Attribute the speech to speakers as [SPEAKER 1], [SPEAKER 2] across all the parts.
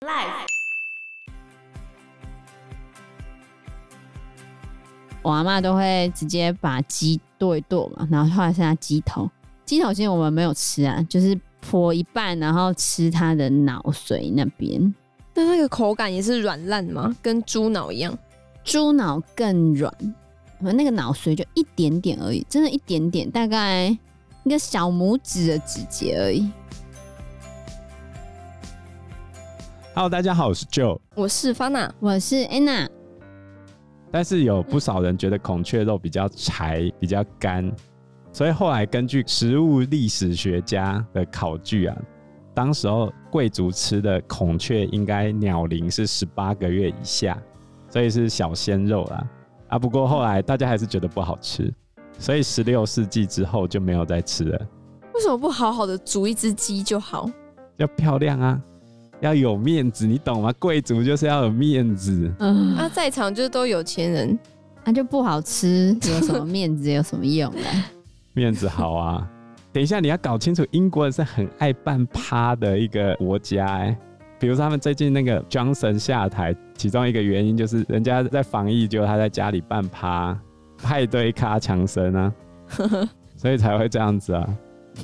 [SPEAKER 1] Life
[SPEAKER 2] 我阿妈都会直接把鸡剁一剁嘛，然后后来剩下鸡头，鸡头其实我们没有吃啊，就是剖一半，然后吃它的脑髓那边。
[SPEAKER 3] 那那个口感也是软烂吗？跟猪脑一样？
[SPEAKER 2] 猪脑更软，我那个脑髓就一点点而已，真的一点点，大概一个小拇指的指节而已。
[SPEAKER 4] Hello，大家好，我是 Joe。
[SPEAKER 3] 我啊是 Fana，
[SPEAKER 2] 我是 Anna，
[SPEAKER 4] 但是有不少人觉得孔雀肉比较柴，比较干，所以后来根据食物历史学家的考据啊，当时候贵族吃的孔雀应该鸟龄是十八个月以下，所以是小鲜肉啦。啊，不过后来大家还是觉得不好吃，所以十六世纪之后就没有再吃了。
[SPEAKER 3] 为什么不好好的煮一只鸡就好？
[SPEAKER 4] 要漂亮啊，要有面子，你懂吗？贵族就是要有面子。
[SPEAKER 2] 嗯、
[SPEAKER 3] 啊，在场就是都有钱人，
[SPEAKER 2] 那、啊就不好吃，有什么面子有什么用啊？
[SPEAKER 4] 面子好啊。 等一下，你要搞清楚，英国人是很爱办趴的一个国家哎、比如说，他们最近那个 Johnson 下台，其中一个原因就是人家在防疫，结果他在家里办趴派对咖强森啊，所以才会这样子啊。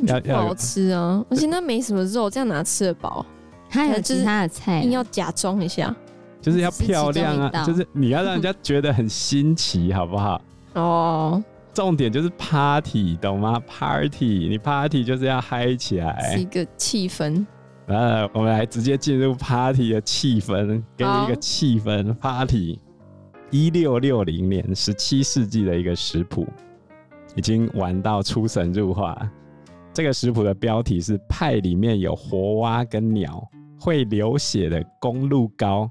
[SPEAKER 4] 要
[SPEAKER 3] 不
[SPEAKER 4] 要
[SPEAKER 3] 好
[SPEAKER 4] 有
[SPEAKER 3] 吃啊！而且那没什么肉，这样哪吃得饱？啊
[SPEAKER 2] 还有其他的
[SPEAKER 4] 哎
[SPEAKER 2] 菜
[SPEAKER 3] 硬要假装一下
[SPEAKER 4] 就是要
[SPEAKER 2] 只是
[SPEAKER 4] 漂亮
[SPEAKER 2] 其中一道
[SPEAKER 4] 啊，就是你要让人家觉得很新奇， 好不好？
[SPEAKER 3] 哦。
[SPEAKER 4] 重点就是 party，懂吗？party，你 party 就是要嗨起来
[SPEAKER 3] 是一。个气氛，
[SPEAKER 4] 呃，我们来直接进入 party 的气氛，给你一个气氛 party。一六六零年，十七世纪的一个食谱，已经玩到出神入化。这个食谱的标题是“派里面有活蛙跟鸟，会流血的公路高，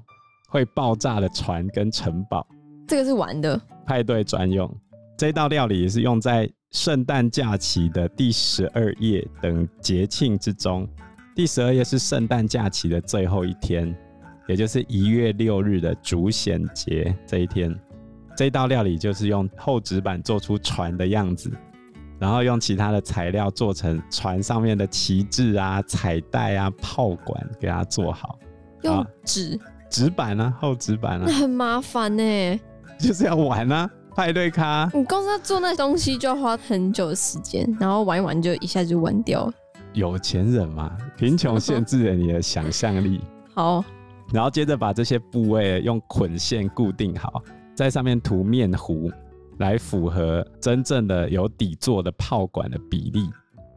[SPEAKER 4] 会爆炸的船跟城堡”。
[SPEAKER 3] 这个是玩的。
[SPEAKER 4] 派对专用。这道料理是用在圣诞假期的第十二夜等节庆之中。第十二夜是圣诞假期的最后一天，也就是一月六日的主显节这一天。这道料理就是用厚纸板做出船的样子，然后用其他的材料做成船上面的旗帜啊、彩带啊、炮管，给它做好。
[SPEAKER 3] 用
[SPEAKER 4] 啊
[SPEAKER 3] 纸，
[SPEAKER 4] 纸板啊，厚纸板啊
[SPEAKER 3] 那，很麻烦呢、
[SPEAKER 4] 就是要玩啊，派对咖啊、
[SPEAKER 3] 你光是要做那东西就要花很久的时间，然后玩一玩就一下就玩掉了。
[SPEAKER 4] 有钱人嘛，贫穷限制了你的想象力。
[SPEAKER 3] 好，
[SPEAKER 4] 然后接着把这些部位用捆线固定好，在上面涂面糊，来符合真正的有底座的炮管的比例。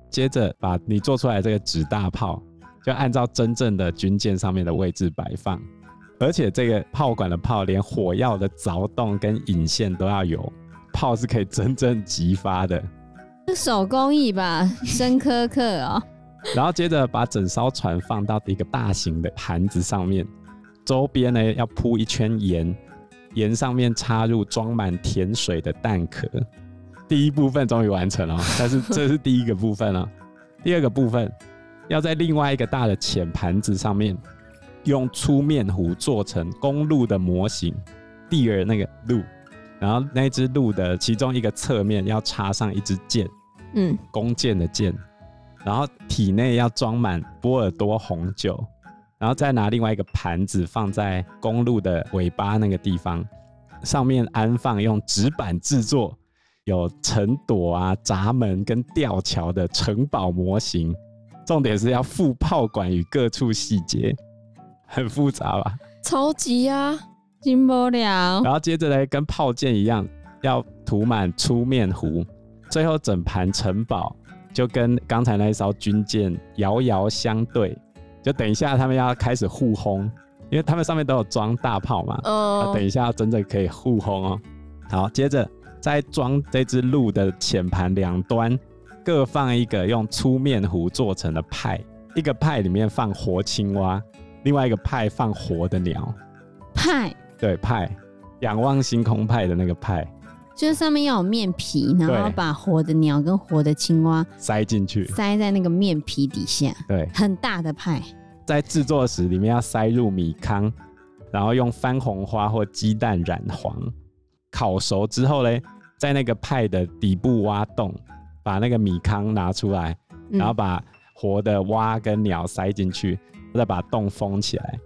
[SPEAKER 4] 接着把你做出来的这个纸大炮，就按照真正的军舰上面的位置摆放，而且这个炮管的炮连火药的凿洞跟引线都要有，炮是可以真正击发的。
[SPEAKER 2] 这手工艺 吧，深苛刻哦。
[SPEAKER 4] 然后接着把整艘船放到一个大型的盘子上面，周边呢要铺一圈盐，盐上面插入装满甜水的蛋壳。第一部分终于完成了哦，但是这是第一个部分了、哦第二个部分要在另外一个大的浅盘子上面，用粗面糊做成公路的模型，地儿那个路，然后那只鹿的其中一个侧面要插上一支箭。
[SPEAKER 3] 嗯，
[SPEAKER 4] 弓箭的箭，然后体内要装满波尔多红酒，然后再拿另外一个盘子放在公路的尾巴那个地方，上面安放用纸板制作有城垛啊、闸门跟吊桥的城堡模型。重点是要附炮管与各处细节，很复杂吧？
[SPEAKER 3] 超级呀、啊，
[SPEAKER 2] 进不了，
[SPEAKER 4] 然后接着呢，跟炮舰一样，要涂满粗面糊，最后整盘城堡就跟刚才那一艘军舰遥遥相对。就等一下，他们要开始互轰，因为他们上面都有装大炮嘛。啊，
[SPEAKER 3] 哦、
[SPEAKER 4] 等一下，真的可以互轰哦。好，接着再装这只鹿的浅盘两端各放一个用粗面糊做成的派，一个派里面放活青蛙，另外一个派放活的鸟。
[SPEAKER 2] 派
[SPEAKER 4] 对派，仰望星空派的那个派
[SPEAKER 2] 就是上面要有面皮，然后
[SPEAKER 4] 对
[SPEAKER 2] 把活的鸟跟活的青蛙
[SPEAKER 4] 塞进去。
[SPEAKER 2] 塞在那个面皮底下，
[SPEAKER 4] 对，
[SPEAKER 2] 很大的派。
[SPEAKER 4] 在制作时里面要塞入米糠，然后用番红花或鸡蛋染黄。烤熟之后嘞，在那个派的底部挖洞，把那个米糠拿出来，
[SPEAKER 3] 嗯
[SPEAKER 4] 然后把活的蛙跟鸟塞进去，再把洞封起来。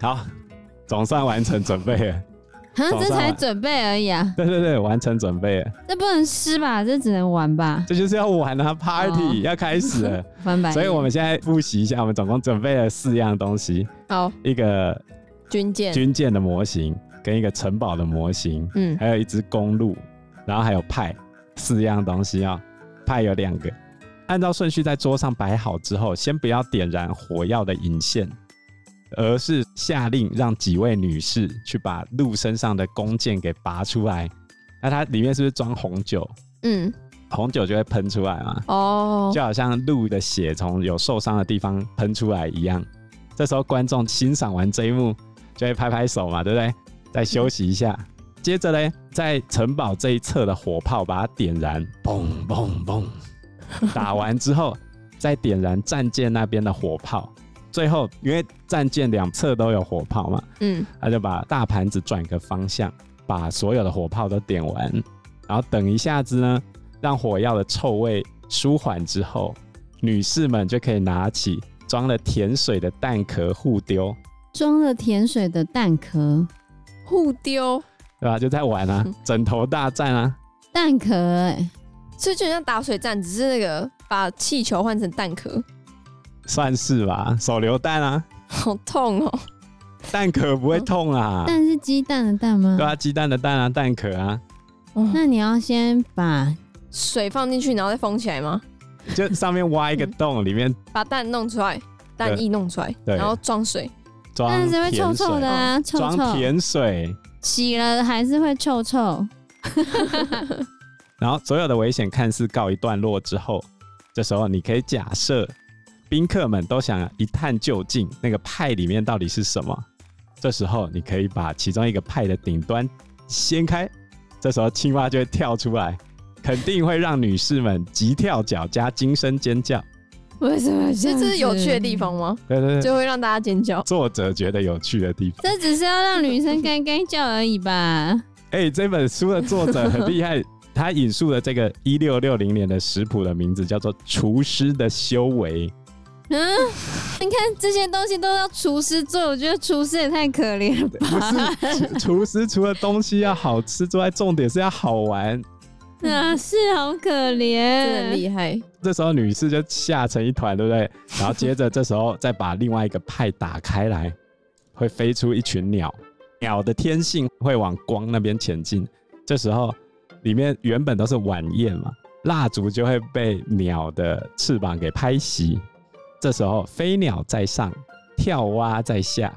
[SPEAKER 4] 好，总算完成准备了。
[SPEAKER 2] 啊，
[SPEAKER 4] 早
[SPEAKER 2] 这
[SPEAKER 4] 上
[SPEAKER 2] 才
[SPEAKER 4] 啊
[SPEAKER 2] 准备而已啊，
[SPEAKER 4] 对对对，完成准备了，
[SPEAKER 2] 这不能吃吧？这只能玩吧？
[SPEAKER 4] 这就是要玩啊
[SPEAKER 2] 哦
[SPEAKER 4] ，party、要开始了。
[SPEAKER 2] 翻白眼。
[SPEAKER 4] 所以我们现在复习一下，我们总共准备了四样东西：
[SPEAKER 3] 好，
[SPEAKER 4] 一个
[SPEAKER 3] 军舰，
[SPEAKER 4] 军舰的模型，跟一个城堡的模型，
[SPEAKER 3] 嗯，
[SPEAKER 4] 还有一只公路，然后还有派，四样东西啊、派有两个，按照顺序在桌上摆好之后，先不要点燃火药的引线，而是下令让几位女士去把鹿身上的弓箭给拔出来。那它里面是不是装红酒？
[SPEAKER 3] 嗯，
[SPEAKER 4] 红酒就会喷出来嘛？
[SPEAKER 3] 哦，
[SPEAKER 4] 就好像鹿的血从有受伤的地方喷出来一样。这时候观众欣赏完这一幕，就会拍拍手嘛，对不对？再休息一下，接着嘞，在城堡这一侧的火炮把它点燃，嘣嘣嘣，打完之后再点燃战舰那边的火炮。最后，因为战舰两侧都有火炮嘛，
[SPEAKER 3] 嗯，
[SPEAKER 4] 他就把大盘子转个方向，把所有的火炮都点完，然后等一下子呢，让火药的臭味舒缓之后，女士们就可以拿起装了甜水的蛋壳互丢，
[SPEAKER 2] 装了甜水的蛋壳，
[SPEAKER 3] 互丢，
[SPEAKER 4] 对吧？就在玩啊，
[SPEAKER 2] 嗯
[SPEAKER 4] 枕头大战啊，
[SPEAKER 2] 蛋壳哎、
[SPEAKER 3] 所以就很像打水战，只是那个把气球换成蛋壳，
[SPEAKER 4] 算是吧，手榴弹啊，
[SPEAKER 3] 好痛哦。
[SPEAKER 4] 蛋壳不会
[SPEAKER 2] 嗯
[SPEAKER 4] 痛啊，
[SPEAKER 2] 蛋是鸡蛋的蛋吗？
[SPEAKER 4] 对啊，鸡蛋的蛋啊，蛋壳啊，
[SPEAKER 2] 那你要先把
[SPEAKER 3] 水放进去，然后再封起来吗？
[SPEAKER 4] 就上面挖一
[SPEAKER 2] 嗯
[SPEAKER 4] 个洞，里面
[SPEAKER 3] 把蛋弄出来，蛋液弄出来，
[SPEAKER 4] 对
[SPEAKER 3] 然后装水。
[SPEAKER 4] 装
[SPEAKER 2] 蛋是会
[SPEAKER 4] 甜
[SPEAKER 2] 嗯臭臭的
[SPEAKER 4] 水，哦
[SPEAKER 2] 啊，臭
[SPEAKER 4] 装
[SPEAKER 2] 臭，
[SPEAKER 4] 甜水。
[SPEAKER 2] 洗了还是会臭臭。
[SPEAKER 4] 然后所有的危险看似告一段落之后，这时候你可以假设宾客们都想一探究竟，那个派里面到底是什么。这时候你可以把其中一个派的顶端掀开，这时候青蛙就会跳出来，肯定会让女士们急跳脚加惊声尖叫。
[SPEAKER 2] 为什么
[SPEAKER 3] 所以这是有趣的地
[SPEAKER 2] 方。
[SPEAKER 3] 方吗？
[SPEAKER 4] 对对对，
[SPEAKER 3] 就会让大家尖叫。
[SPEAKER 4] 作者觉得有趣的地方。
[SPEAKER 2] 这只是要让女生干干叫而已吧？
[SPEAKER 4] 哎、这本书的作者很厉害，他引述了这个一六六零年的食谱的名字叫做《厨师的修为》。
[SPEAKER 2] 嗯，你看这些东西都要厨师做，我觉得厨师也太可怜了吧？
[SPEAKER 4] 不是厨厨师除了东西要好吃之外，重点是要好玩。
[SPEAKER 2] 啊，是好可
[SPEAKER 3] 真的很
[SPEAKER 2] 怜。
[SPEAKER 3] 厉害，
[SPEAKER 4] 这时候女士就吓成一团，对不对？然后接着这时候再把另外一个派打开来，会飞出一群鸟。鸟的天性会往光那边前进。这时候里面原本都是晚宴嘛，蜡烛就会被鸟的翅膀给拍熄。这时候飞鸟在上，跳蛙在下，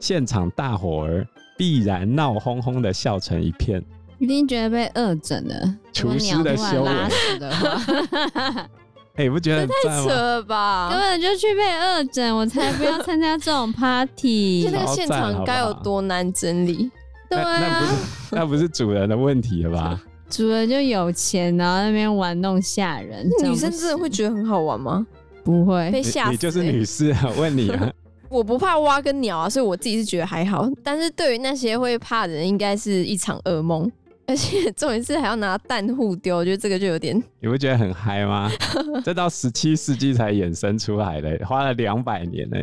[SPEAKER 4] 现场大伙儿必然闹哄哄的笑成一片。
[SPEAKER 2] 一定觉得被饿整了。
[SPEAKER 4] 厨师的修
[SPEAKER 2] 如果鸟突
[SPEAKER 4] 为
[SPEAKER 2] 然拉屎的话，
[SPEAKER 4] 哎、你不觉得很
[SPEAKER 3] 太
[SPEAKER 4] 赞
[SPEAKER 3] 扯
[SPEAKER 4] 吗？
[SPEAKER 3] 了吧
[SPEAKER 2] 根？本就去被饿整，我才不要参加这种 party
[SPEAKER 3] 就。那个现场该有多难整理？
[SPEAKER 2] 对
[SPEAKER 4] 那那不
[SPEAKER 2] 啊，
[SPEAKER 4] 是 那不是主人的问题了吧？
[SPEAKER 2] 主人就有钱，然后那边玩弄吓人。这样
[SPEAKER 3] 女
[SPEAKER 2] 不
[SPEAKER 3] 生真的
[SPEAKER 2] 行
[SPEAKER 3] 会觉得很好玩吗？
[SPEAKER 2] 不会？
[SPEAKER 3] 被吓死、
[SPEAKER 4] 你就是女士啊， 问你啊，
[SPEAKER 3] 我不怕蛙跟鸟啊，所以我自己是觉得还好。但是对于那些会怕的人，应该是一场噩梦。 而且重点是还要拿蛋互丢，我觉得这个就有点
[SPEAKER 4] 你不觉得很嗨吗？这到十七世纪才衍生出来的，花了两百年呢。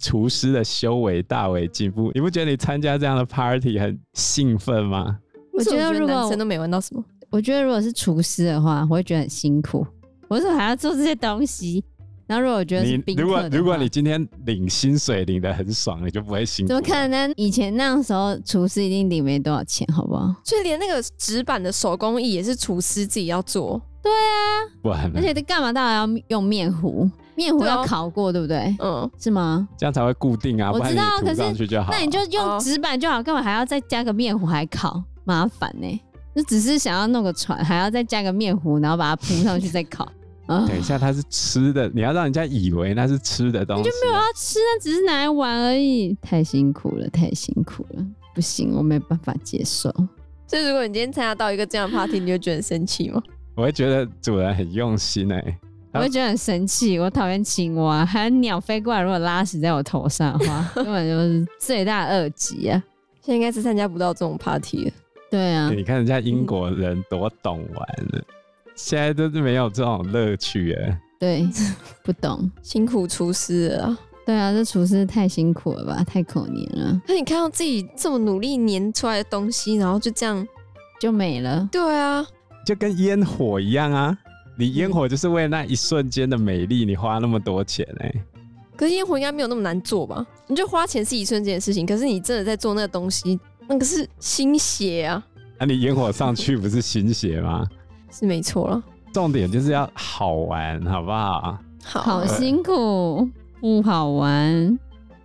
[SPEAKER 4] 厨师的修为大为进步，你不觉得你参加这样的 party 很兴奋吗？
[SPEAKER 2] 我觉得如果
[SPEAKER 3] 男生都没玩到什么，
[SPEAKER 2] 我觉得如果是厨师的话，我会觉得很辛苦。我为什么还要做这些东西？然后如果我觉得是
[SPEAKER 4] 你
[SPEAKER 2] 宾客
[SPEAKER 4] 如果
[SPEAKER 2] 的话
[SPEAKER 4] 如果你今天领薪水领的很爽，你就不会
[SPEAKER 3] 嗯
[SPEAKER 4] 辛苦
[SPEAKER 2] 怎
[SPEAKER 4] 了。
[SPEAKER 2] 么可能？以前那时候厨师一定领没多少钱，好不好？
[SPEAKER 3] 所以连那个纸板的手工艺也是厨师自己要做。
[SPEAKER 4] 完了
[SPEAKER 2] 而，且这干嘛当然要用面糊，面糊
[SPEAKER 3] 嗯对啊
[SPEAKER 2] 要烤过，对不对？
[SPEAKER 3] 嗯，
[SPEAKER 2] 是吗？
[SPEAKER 4] 这样才会固定啊，
[SPEAKER 2] 我
[SPEAKER 4] 不然
[SPEAKER 2] 知
[SPEAKER 4] 你
[SPEAKER 2] 道可
[SPEAKER 4] 涂
[SPEAKER 2] 是
[SPEAKER 4] 上去就好。
[SPEAKER 2] 那你就用
[SPEAKER 3] 哦
[SPEAKER 2] 纸板就好，干嘛还要再加个面糊还烤？麻烦呢、就只是想要弄个船，还要再加个面糊，然后把它铺上去再 烤。啊，
[SPEAKER 4] 等一下，它是吃的，你要让人家以为那是吃的东西啊。
[SPEAKER 2] 要吃，那只是拿来玩而已。太辛苦了，太辛苦了，不行，我没办法接受。
[SPEAKER 3] 所以如果你今天参加到一个这样的 party，你就觉得很生气吗？
[SPEAKER 4] 我会觉得主人很用心哎、
[SPEAKER 2] 我会觉得很生气，我讨厌青蛙，还有鸟飞过来，如果拉屎在我头上的话，根本就是罪大恶极啊！
[SPEAKER 3] 现在应该是参加不到这种 party 了。
[SPEAKER 2] 对啊
[SPEAKER 4] 欸，你看人家英国人多懂玩的，现在都是没有这种乐趣哎。
[SPEAKER 2] 对，不懂。
[SPEAKER 3] 辛苦厨师了啊，
[SPEAKER 2] 对啊，这厨师太辛苦了吧，太口黏了，
[SPEAKER 3] 那你看到自己这么努力粘出来的东西，然后就这样，
[SPEAKER 2] 就没了。
[SPEAKER 3] 对啊，
[SPEAKER 4] 就跟烟火一样啊！你烟火就是为了那一瞬间的美丽，你花那么多钱哎、
[SPEAKER 3] 可是烟火应该没有那么难做吧？你就花钱是一瞬间的事情，可是你真的在做那个东西，那个是心血啊，
[SPEAKER 4] 那、你烟火上去不是新血吗？
[SPEAKER 3] 是没错了。
[SPEAKER 4] 重点就是要好玩，好不好？
[SPEAKER 3] 好，
[SPEAKER 2] 好辛苦，不好玩。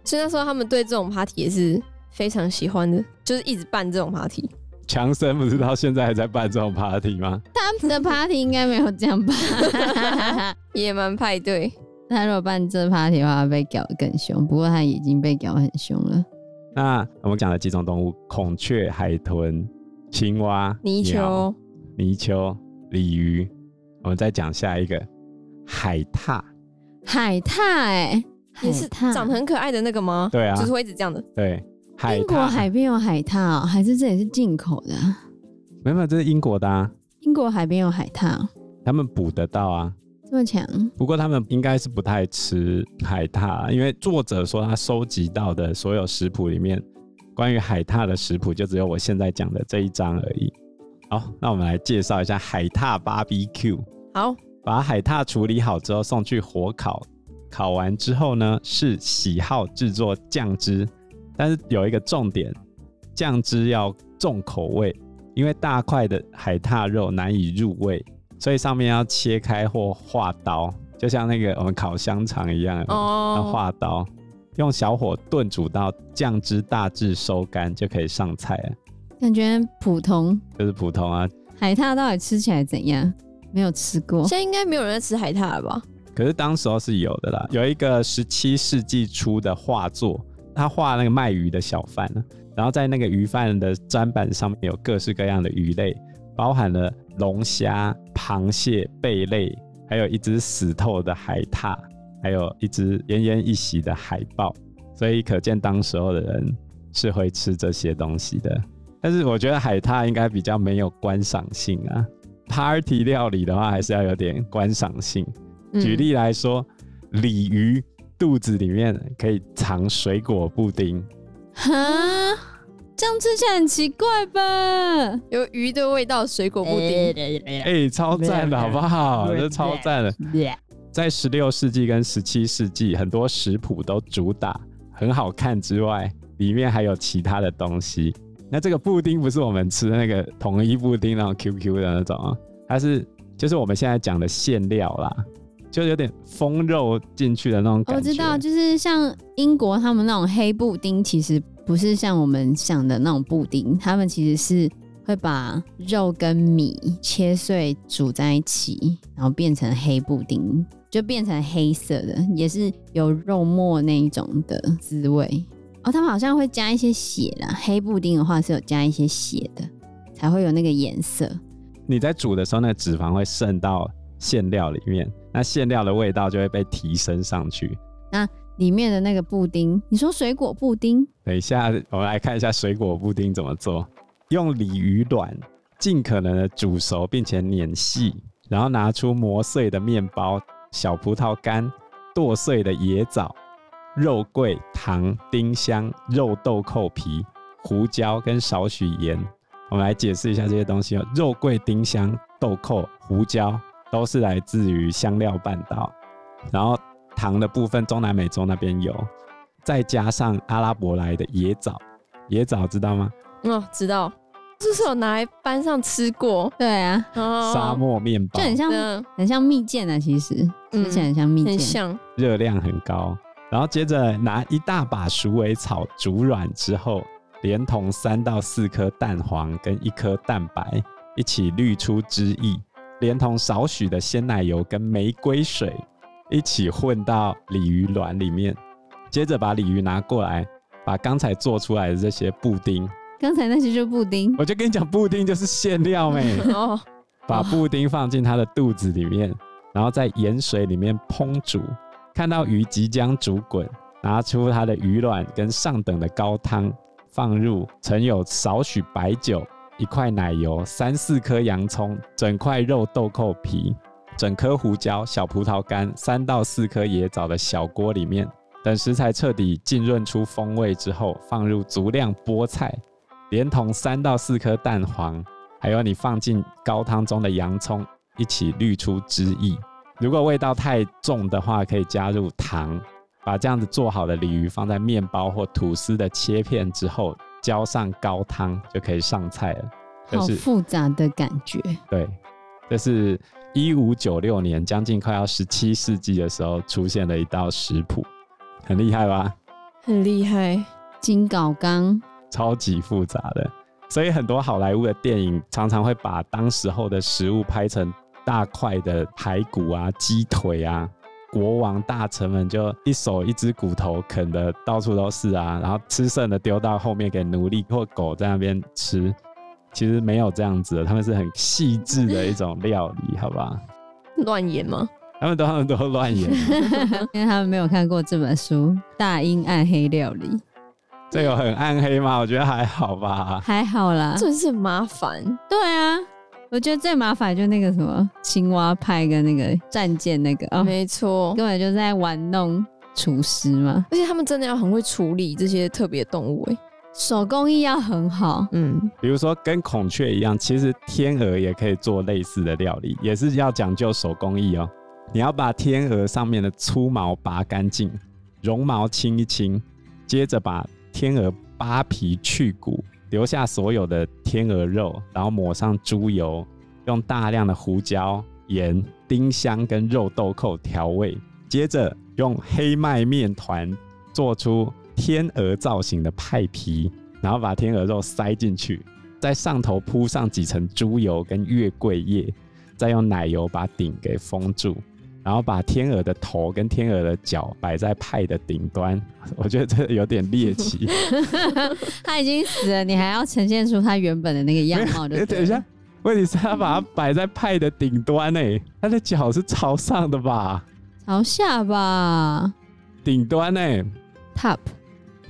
[SPEAKER 3] 所以那时候他们对这种 party 也是非常喜欢的，就是一直办这种 party。
[SPEAKER 4] 强森不是到现在还在办这种 party 吗？
[SPEAKER 2] 他们的 party 应该没有这样吧？
[SPEAKER 3] 野蛮派对，
[SPEAKER 2] 他如果办这 party 的话，被搞得更凶。不过他已经被搞得很凶了。
[SPEAKER 4] 那我们讲了几种动物：孔雀、海豚、青蛙、
[SPEAKER 3] 泥
[SPEAKER 4] 鸟、
[SPEAKER 3] 鳅、
[SPEAKER 4] 泥鳅、鲤鱼。我们再讲下一个，海獭。
[SPEAKER 2] 海獭、欸，
[SPEAKER 3] 也是
[SPEAKER 2] 海獭
[SPEAKER 3] 长得很可爱的那个吗？
[SPEAKER 4] 对啊
[SPEAKER 3] 就是会一直这样的。
[SPEAKER 4] 对，海
[SPEAKER 2] 英国
[SPEAKER 4] 獭。
[SPEAKER 2] 海边有海獭哦、还是这也是进口的啊、
[SPEAKER 4] 没有，没有这是英国的、啊，
[SPEAKER 2] 英国海边有海獭哦、
[SPEAKER 4] 他们捕得到啊。
[SPEAKER 2] 这么强？
[SPEAKER 4] 不过他们应该是不太吃海獭，因为作者说他收集到的所有食谱里面，关于海獭的食谱就只有我现在讲的这一章而已。好，那我们来介绍一下海獭 BBQ。
[SPEAKER 3] 好，
[SPEAKER 4] 把海獭处理好之后送去火烤，烤完之后呢是喜好制作酱汁，但是有一个重点，酱汁要重口味，因为大块的海獭肉难以入味，所以上面要切开或划刀，就像那个我们烤香肠一样，要
[SPEAKER 3] 哦，
[SPEAKER 4] 划刀，用小火炖煮到酱汁大致收干就可以上菜了，
[SPEAKER 2] 感觉普通。
[SPEAKER 4] 就是普通啊。
[SPEAKER 2] 海獭到底吃起来怎样？没有吃过
[SPEAKER 3] 现。在应该没有人在吃海獭了吧？
[SPEAKER 4] 可是当时候是有的啦，有一个十七世纪初的画作，他画那个卖鱼的小贩啊，然后在那个鱼贩的砧板上面有各式各样的鱼类，包含了龙虾、螃蟹、贝类，还有一只死透的海獭，还有一只奄奄一息的海豹，所以可见当时候的人是会吃这些东西的。但是我觉得海獭应该比较没有观赏性啊，party 料理的话还是要有点观赏性。
[SPEAKER 3] 嗯
[SPEAKER 4] 举例来说，鲤鱼肚子里面可以藏水果布丁，
[SPEAKER 2] 哈，这样吃起来很奇怪吧？
[SPEAKER 3] 有鱼的味道，水果布丁，
[SPEAKER 4] 哎、超赞的好不好？这超赞的。在十六世纪跟十七世纪，很多食谱都主打很好看之外，里面还有其他的东西。那这个布丁不是我们吃的那个统一布丁，然后 QQ 的那种啊，它是就是我们现在讲的馅料啦，就有点风肉进去的那种感觉。
[SPEAKER 2] 我知道，就是像英国他们那种黑布丁，其实不是像我们想的那种布丁，他们其实是会把肉跟米切碎煮在一起，然后变成黑布丁，就变成黑色的，也是有肉末那一种的滋味。哦，他们好像会加一些血啦，黑布丁的话是有加一些血的，才会有那个颜色。
[SPEAKER 4] 你在煮的时候，那个脂肪会渗到馅料里面，那馅料的味道就会被提升上去。
[SPEAKER 2] 里面的那个布丁，你说水果布丁，
[SPEAKER 4] 等一下，我们来看一下水果布丁怎么做。用鲤鱼卵尽可能的煮熟并且碾细，然后拿出磨碎的面包、小葡萄干、剁碎的野枣、肉桂、糖、丁香、肉豆蔻皮、胡椒跟少许盐。我们来解释一下这些东西哦。肉桂、丁香、豆蔻、胡椒都是来自于香料半岛，然后糖的部分中南美洲那边有，再加上阿拉伯来的野枣，野枣知道吗？
[SPEAKER 3] 嗯，知道，就是有拿来班上吃过，
[SPEAKER 2] 对啊，
[SPEAKER 3] 哦
[SPEAKER 4] 沙漠面包
[SPEAKER 2] 就很像
[SPEAKER 3] 嗯，
[SPEAKER 2] 很像蜜饯啊，其实
[SPEAKER 3] 嗯
[SPEAKER 2] 吃起来很像蜜
[SPEAKER 3] 很
[SPEAKER 2] 饯。
[SPEAKER 3] 像，
[SPEAKER 4] 热量很高，然后接着拿一大把鼠尾草煮软之后，连同三到四颗蛋黄跟一颗蛋白一起滤出汁液，连同少许的鲜奶油跟玫瑰水一起混到鲤鱼卵里面，接着把鲤鱼拿过来，把刚才做出来的这些布丁，
[SPEAKER 2] 刚才那些就是布丁，
[SPEAKER 4] 我就跟你讲，布丁就是馅料妹。
[SPEAKER 3] 哦，
[SPEAKER 4] 把布丁放进它的肚子里面，然后在盐水里面烹煮。看到鱼即将煮滚，拿出它的鱼卵跟上等的高汤，放入盛有少许白酒、一块奶油、三四颗洋葱、整块肉豆蔻皮、整颗胡椒、小葡萄干、三到四颗野枣的小锅里面，等食材彻底浸润出风味之后，放入足量菠菜，连同三到四颗蛋黄，还有你放进高汤中的洋葱一起滤出汁液。如果味道太重的话，可以加入糖。把这样子做好的鲤鱼放在面包或吐司的切片之后，浇上高汤就可以上菜了。就
[SPEAKER 2] 好
[SPEAKER 4] 是
[SPEAKER 2] 复杂哦的感觉。
[SPEAKER 4] 对，这是一五九六年，将近快要十七世纪的时候出现的一道食谱，很厉害吧？
[SPEAKER 3] 很厉害。
[SPEAKER 2] 金睾缸
[SPEAKER 4] 超级复杂的，所以很多好莱坞的电影常常会把当时候的食物拍成大块的排骨啊、鸡腿啊，国王大臣们就一手一只骨头啃的到处都是啊，然后吃剩的丢到后面给奴隶或狗在那边吃。其实没有这样子的，他们是很细致的一种料理，好吧？
[SPEAKER 3] 乱演吗？
[SPEAKER 4] 他们都他们都乱演，
[SPEAKER 2] 因为他们没有看过这本书《大英暗黑料理》，
[SPEAKER 4] 这有很暗黑吗？我觉得还好吧。
[SPEAKER 2] 还好啦。
[SPEAKER 3] 真是很麻烦。
[SPEAKER 2] 对啊，我觉得最麻烦就那个什么青蛙派跟那个战舰那个哦，
[SPEAKER 3] 没错，
[SPEAKER 2] 根本就在玩弄厨师嘛，
[SPEAKER 3] 而且他们真的要很会处理这些特别动物、欸。
[SPEAKER 2] 手工艺要很好。
[SPEAKER 3] 嗯，
[SPEAKER 4] 比如说跟孔雀一样，其实天鹅也可以做类似的料理，也是要讲究手工艺哦。你要把天鹅上面的粗毛拔干净，绒毛清一清，接着把天鹅扒皮去骨，留下所有的天鹅肉，然后抹上猪油，用大量的胡椒、盐、丁香跟肉豆蔻调味，接着用黑麦面团做出天鹅造型的派皮，然后把天鹅肉塞进去，在上头铺上几层猪油跟月桂叶，再用奶油把顶给封住，然后把天鹅的头跟天鹅的脚摆在派的顶端。 我觉得这有点 猎奇。
[SPEAKER 2] 他已经死了，你还要呈现出他原本的那个样貌哦就对
[SPEAKER 4] 哎
[SPEAKER 2] 了，
[SPEAKER 4] 等一下，问题是他把它摆在派的顶端呢、他的脚是朝上的吧？
[SPEAKER 2] 朝下吧
[SPEAKER 4] 顶端呢、
[SPEAKER 2] ，top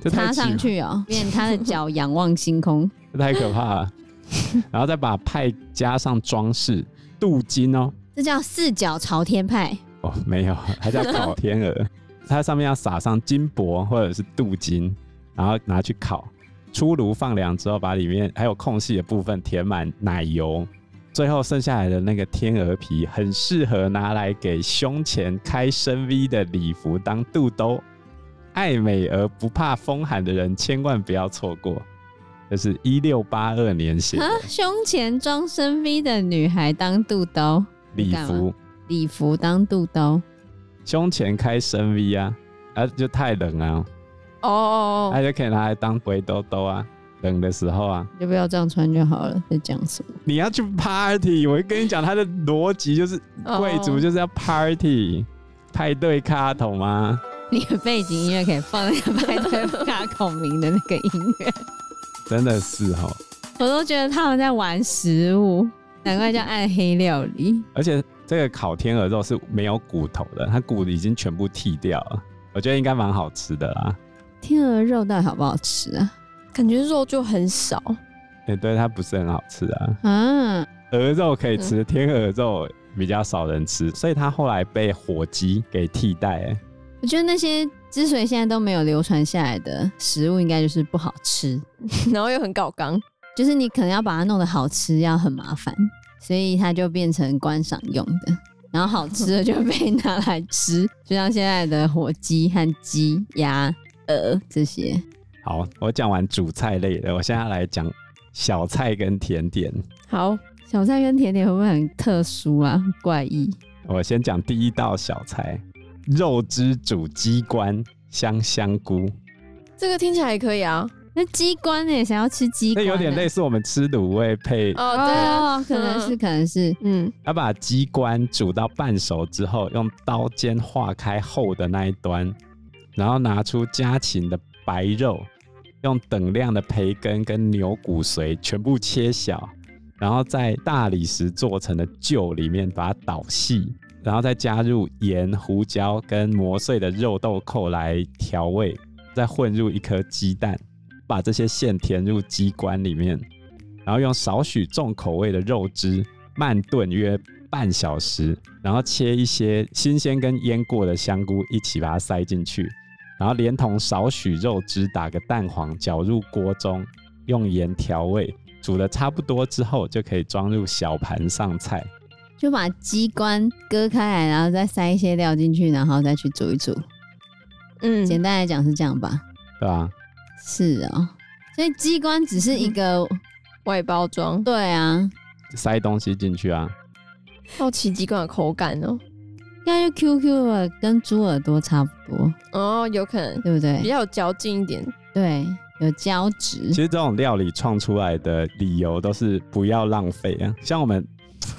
[SPEAKER 4] 这太
[SPEAKER 2] 插
[SPEAKER 4] 奇
[SPEAKER 2] 上去 哦，变成他的脚仰望星空，
[SPEAKER 4] 这太可怕了。 然后再把派加上装饰镀金哦，
[SPEAKER 2] 这叫四脚朝天派。
[SPEAKER 4] 哦，没有，它叫烤天鹅，它上面要撒上金箔或者是镀金，然后拿去烤。出炉放凉之后，把里面还有空隙的部分填满奶油，最后剩下来的那个天鹅皮很适合拿来给胸前开深 V 的礼服当肚兜。爱美而不怕风寒的人千万不要错过。这是一六八二年写的
[SPEAKER 2] 啊，胸前装深 V 的女孩当肚兜，
[SPEAKER 4] 礼
[SPEAKER 2] 干嘛
[SPEAKER 4] 服。
[SPEAKER 2] 礼服当肚兜，
[SPEAKER 4] 胸前开深 V 啊，啊就太冷啊，
[SPEAKER 3] 哦，
[SPEAKER 4] 那就可以拿来当围兜兜啊，冷的时候啊，
[SPEAKER 2] 你就不要这样穿就好了。在讲什么？
[SPEAKER 4] 你要去 party，我跟你讲，他的逻辑就是
[SPEAKER 3] 哦
[SPEAKER 4] 贵族就是要 party，、派对啊咖懂吗？
[SPEAKER 2] 你的背景音乐可以放那个派对卡孔明的那个音 乐，
[SPEAKER 4] 真的是哦，
[SPEAKER 2] 我都觉得他们在玩食物，难怪叫暗黑料理。
[SPEAKER 4] 而且这个烤天鹅肉是没有骨头的，它骨已经全部剃掉了，我觉得应该蛮好吃的啦。
[SPEAKER 2] 天鹅肉到底好不好吃啊？
[SPEAKER 3] 感觉肉就很少。
[SPEAKER 4] 哎、对，它不是很好吃啊。
[SPEAKER 2] 啊，
[SPEAKER 4] 鹅肉可以吃，天鹅肉比较少人吃，所以它后来被火鸡给替代、欸
[SPEAKER 2] 我觉得那些之所以现在都没有流传下来的食物，应该就是不好吃，
[SPEAKER 3] 然后又很搞刚，
[SPEAKER 2] 就是你可能要把它弄得好吃，要很麻烦，所以它就变成观赏用的。然后好吃的就被拿来吃， 就像现在的火鸡和鸡、鸭、鹅这些。
[SPEAKER 4] 好，我讲完主菜类的，我现在来讲小菜跟甜点。
[SPEAKER 3] 好，
[SPEAKER 2] 小菜跟甜点会不会很特殊啊？很怪异？
[SPEAKER 4] 我先讲第一道小菜，肉汁煮鸡冠香香菇，
[SPEAKER 3] 这个听起来也可以啊。
[SPEAKER 2] 那鸡冠呢、想要吃鸡冠、
[SPEAKER 4] 那有点类
[SPEAKER 2] 似。
[SPEAKER 4] 似我们吃卤味配。
[SPEAKER 3] 哦，对啊，
[SPEAKER 2] 哦，可能是，可能是
[SPEAKER 3] 嗯，
[SPEAKER 4] 要把鸡冠煮到半熟之后，用刀尖划开厚的那一端，然后拿出家禽的白肉，用等量的培根跟牛骨髓全部切小，然后在大理石做成的臼里面把它捣细，然后再加入盐、胡椒跟磨碎的肉豆蔻来调味，再混入一颗鸡蛋，把这些馅填入鸡冠里面，然后用少许重口味的肉汁慢炖约半小时，然后切一些新鲜跟腌过的香菇一起把它塞进去，然后连同少许肉汁打个蛋黄，搅入锅中，用盐调味，煮的差不多之后，就可以装入小盘上菜。
[SPEAKER 2] 就把鸡冠割开来，然后再塞一些料进去，然后再去煮一煮。
[SPEAKER 3] 嗯，
[SPEAKER 2] 简单来讲是这样吧？
[SPEAKER 4] 对吧、
[SPEAKER 2] 是哦，所以鸡冠只是一个，
[SPEAKER 3] 外包装，
[SPEAKER 2] 对啊，
[SPEAKER 4] 塞东西进去啊，
[SPEAKER 3] 好奇鸡冠的口感哦、
[SPEAKER 2] 应该就 QQ 的跟猪耳朵差不多，
[SPEAKER 3] 哦，有可能
[SPEAKER 2] 对不
[SPEAKER 3] 比
[SPEAKER 2] 对？
[SPEAKER 3] 较有嚼劲一点。
[SPEAKER 2] 对，有胶质
[SPEAKER 4] 其。实这种料理创出来的理由都是不要浪费啊。像我们，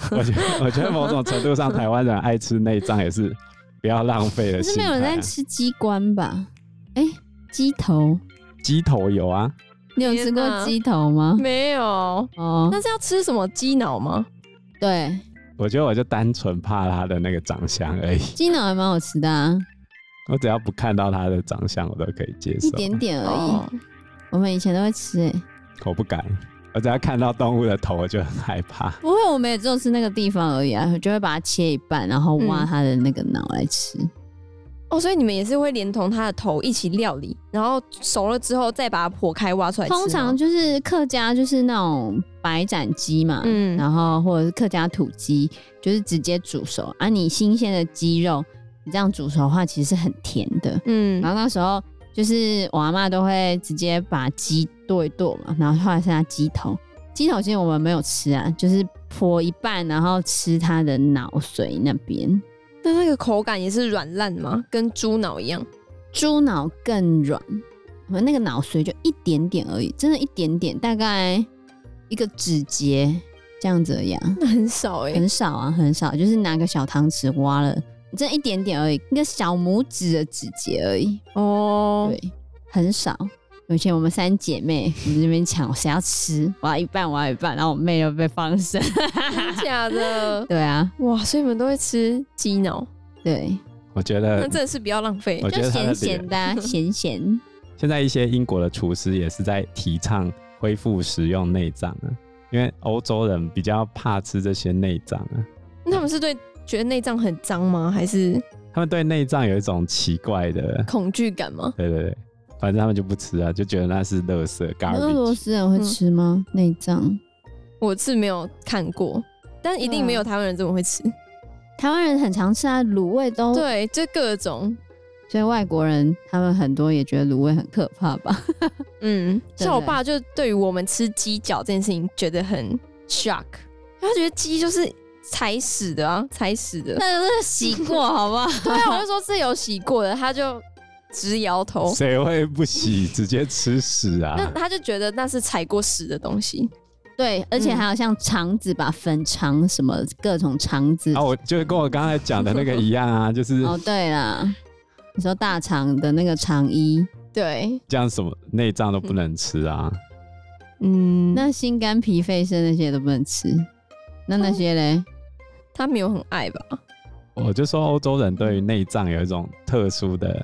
[SPEAKER 4] 我觉得我觉得某种程度上，台湾人爱吃内脏也是不要浪费的
[SPEAKER 2] 可是没
[SPEAKER 4] 心态啊、
[SPEAKER 2] 有人在吃鸡冠吧？哎、鸡头，
[SPEAKER 4] 鸡头有啊，
[SPEAKER 2] 你有吃
[SPEAKER 3] 天
[SPEAKER 2] 过
[SPEAKER 3] 哪
[SPEAKER 2] 鸡头吗？
[SPEAKER 3] 没有，
[SPEAKER 2] 哦，
[SPEAKER 3] 那是要吃什么鸡脑吗？
[SPEAKER 2] 对，
[SPEAKER 4] 我觉得我就单纯怕它的那个长相而已，
[SPEAKER 2] 鸡脑还蛮好吃的啊，
[SPEAKER 4] 我只要不看到它的长相，我都可以接受
[SPEAKER 2] 一。点点而已。
[SPEAKER 3] 哦，
[SPEAKER 2] 我们以前都会吃、哎，
[SPEAKER 4] 我不敢，我只要看到动物的头，我就很害怕。
[SPEAKER 2] 不会，我们也只有吃那个地方而已啊，就会把它切一半，然后挖
[SPEAKER 3] 嗯
[SPEAKER 2] 它的那个脑来吃。
[SPEAKER 3] 哦，所以你们也是会连同它的头一起料理，然后熟了之后再把它剖开挖出来吃吗。哦
[SPEAKER 2] 通常就是客家就是那种白斩鸡嘛，
[SPEAKER 3] 嗯
[SPEAKER 2] 然后或者是客家土鸡，就是直接煮熟啊。你新鲜的鸡肉，你这样煮熟的话，其实是很甜的。
[SPEAKER 3] 嗯
[SPEAKER 2] 然后那时候就是我阿妈都会直接把鸡剁一剁嘛，然后后来剩下鸡头，鸡头其实我们没有吃啊，就是剖一半，然后吃它的脑髓那边。
[SPEAKER 3] 那那个口感也是软烂吗？跟猪脑一样？
[SPEAKER 2] 猪脑更软，我们那个脑髓就一点点而已，真的一点点，大概一个指节这样子而已、啊，
[SPEAKER 3] 那很少哎、
[SPEAKER 2] 很少啊，很少，就是拿个小汤匙挖了，真的一点点而已，一个小拇指的指节而已，
[SPEAKER 3] 哦，
[SPEAKER 2] 对，很少。有一天我们三姐妹，我们这边抢，谁要吃？我要一半，我要一半，然后我妹就被放生。？
[SPEAKER 3] 真假的
[SPEAKER 2] 对啊，
[SPEAKER 3] 哇，所以你们都会吃鸡脑，
[SPEAKER 2] 对，
[SPEAKER 4] 我觉
[SPEAKER 3] 那
[SPEAKER 2] 呃
[SPEAKER 4] 得
[SPEAKER 3] 真的是不要浪费
[SPEAKER 4] 我。觉
[SPEAKER 2] 就
[SPEAKER 4] 得他的
[SPEAKER 2] 咸咸的、啊，咸咸。
[SPEAKER 4] 现在一些英国的厨师也是在提倡恢复食用内脏啊，因为欧洲人比较怕吃这些内脏啊，
[SPEAKER 3] 那他们是对觉得内脏很脏吗？还是
[SPEAKER 4] 他们对内脏有一种奇怪的，
[SPEAKER 3] 恐惧感吗？
[SPEAKER 4] 对对对，反正他们就不吃啊，就觉得那是垃圾
[SPEAKER 2] 俄罗
[SPEAKER 4] garbage。
[SPEAKER 2] 斯人会吃吗？内脏？
[SPEAKER 3] 我是没有看过，但一定没有台湾人这么会吃。
[SPEAKER 2] 台湾人很常吃啊，卤味都，
[SPEAKER 3] 对，就各种，
[SPEAKER 2] 所以外国人他们很多也觉得卤味很可怕吧？
[SPEAKER 3] 嗯，
[SPEAKER 2] 对
[SPEAKER 3] 像我爸就对于我们吃鸡脚这件事情觉得很 shock，他觉得鸡就是踩死的啊，踩死的。
[SPEAKER 2] 那就是 洗过，好不好？
[SPEAKER 3] 对啊，我就说是有洗过的，他就直摇头。
[SPEAKER 4] 谁会不洗直接吃屎啊
[SPEAKER 3] 那？他就觉得那是踩过屎的东西，
[SPEAKER 2] 对，而且还有像肠子吧，粉肠什么各种肠子。
[SPEAKER 4] 啊，
[SPEAKER 2] 哦，
[SPEAKER 4] 我就跟我刚才讲的那个一样 啊，就是
[SPEAKER 2] 对啦，你说大肠的那个肠衣，
[SPEAKER 3] 对，
[SPEAKER 4] 这样什么内脏都不能吃啊。
[SPEAKER 3] 嗯，那
[SPEAKER 2] 那心肝脾肺肾那些都不能吃，那那些嘞？
[SPEAKER 3] 他没有很爱吧？
[SPEAKER 4] 我就说欧洲人对于内脏有一种特殊的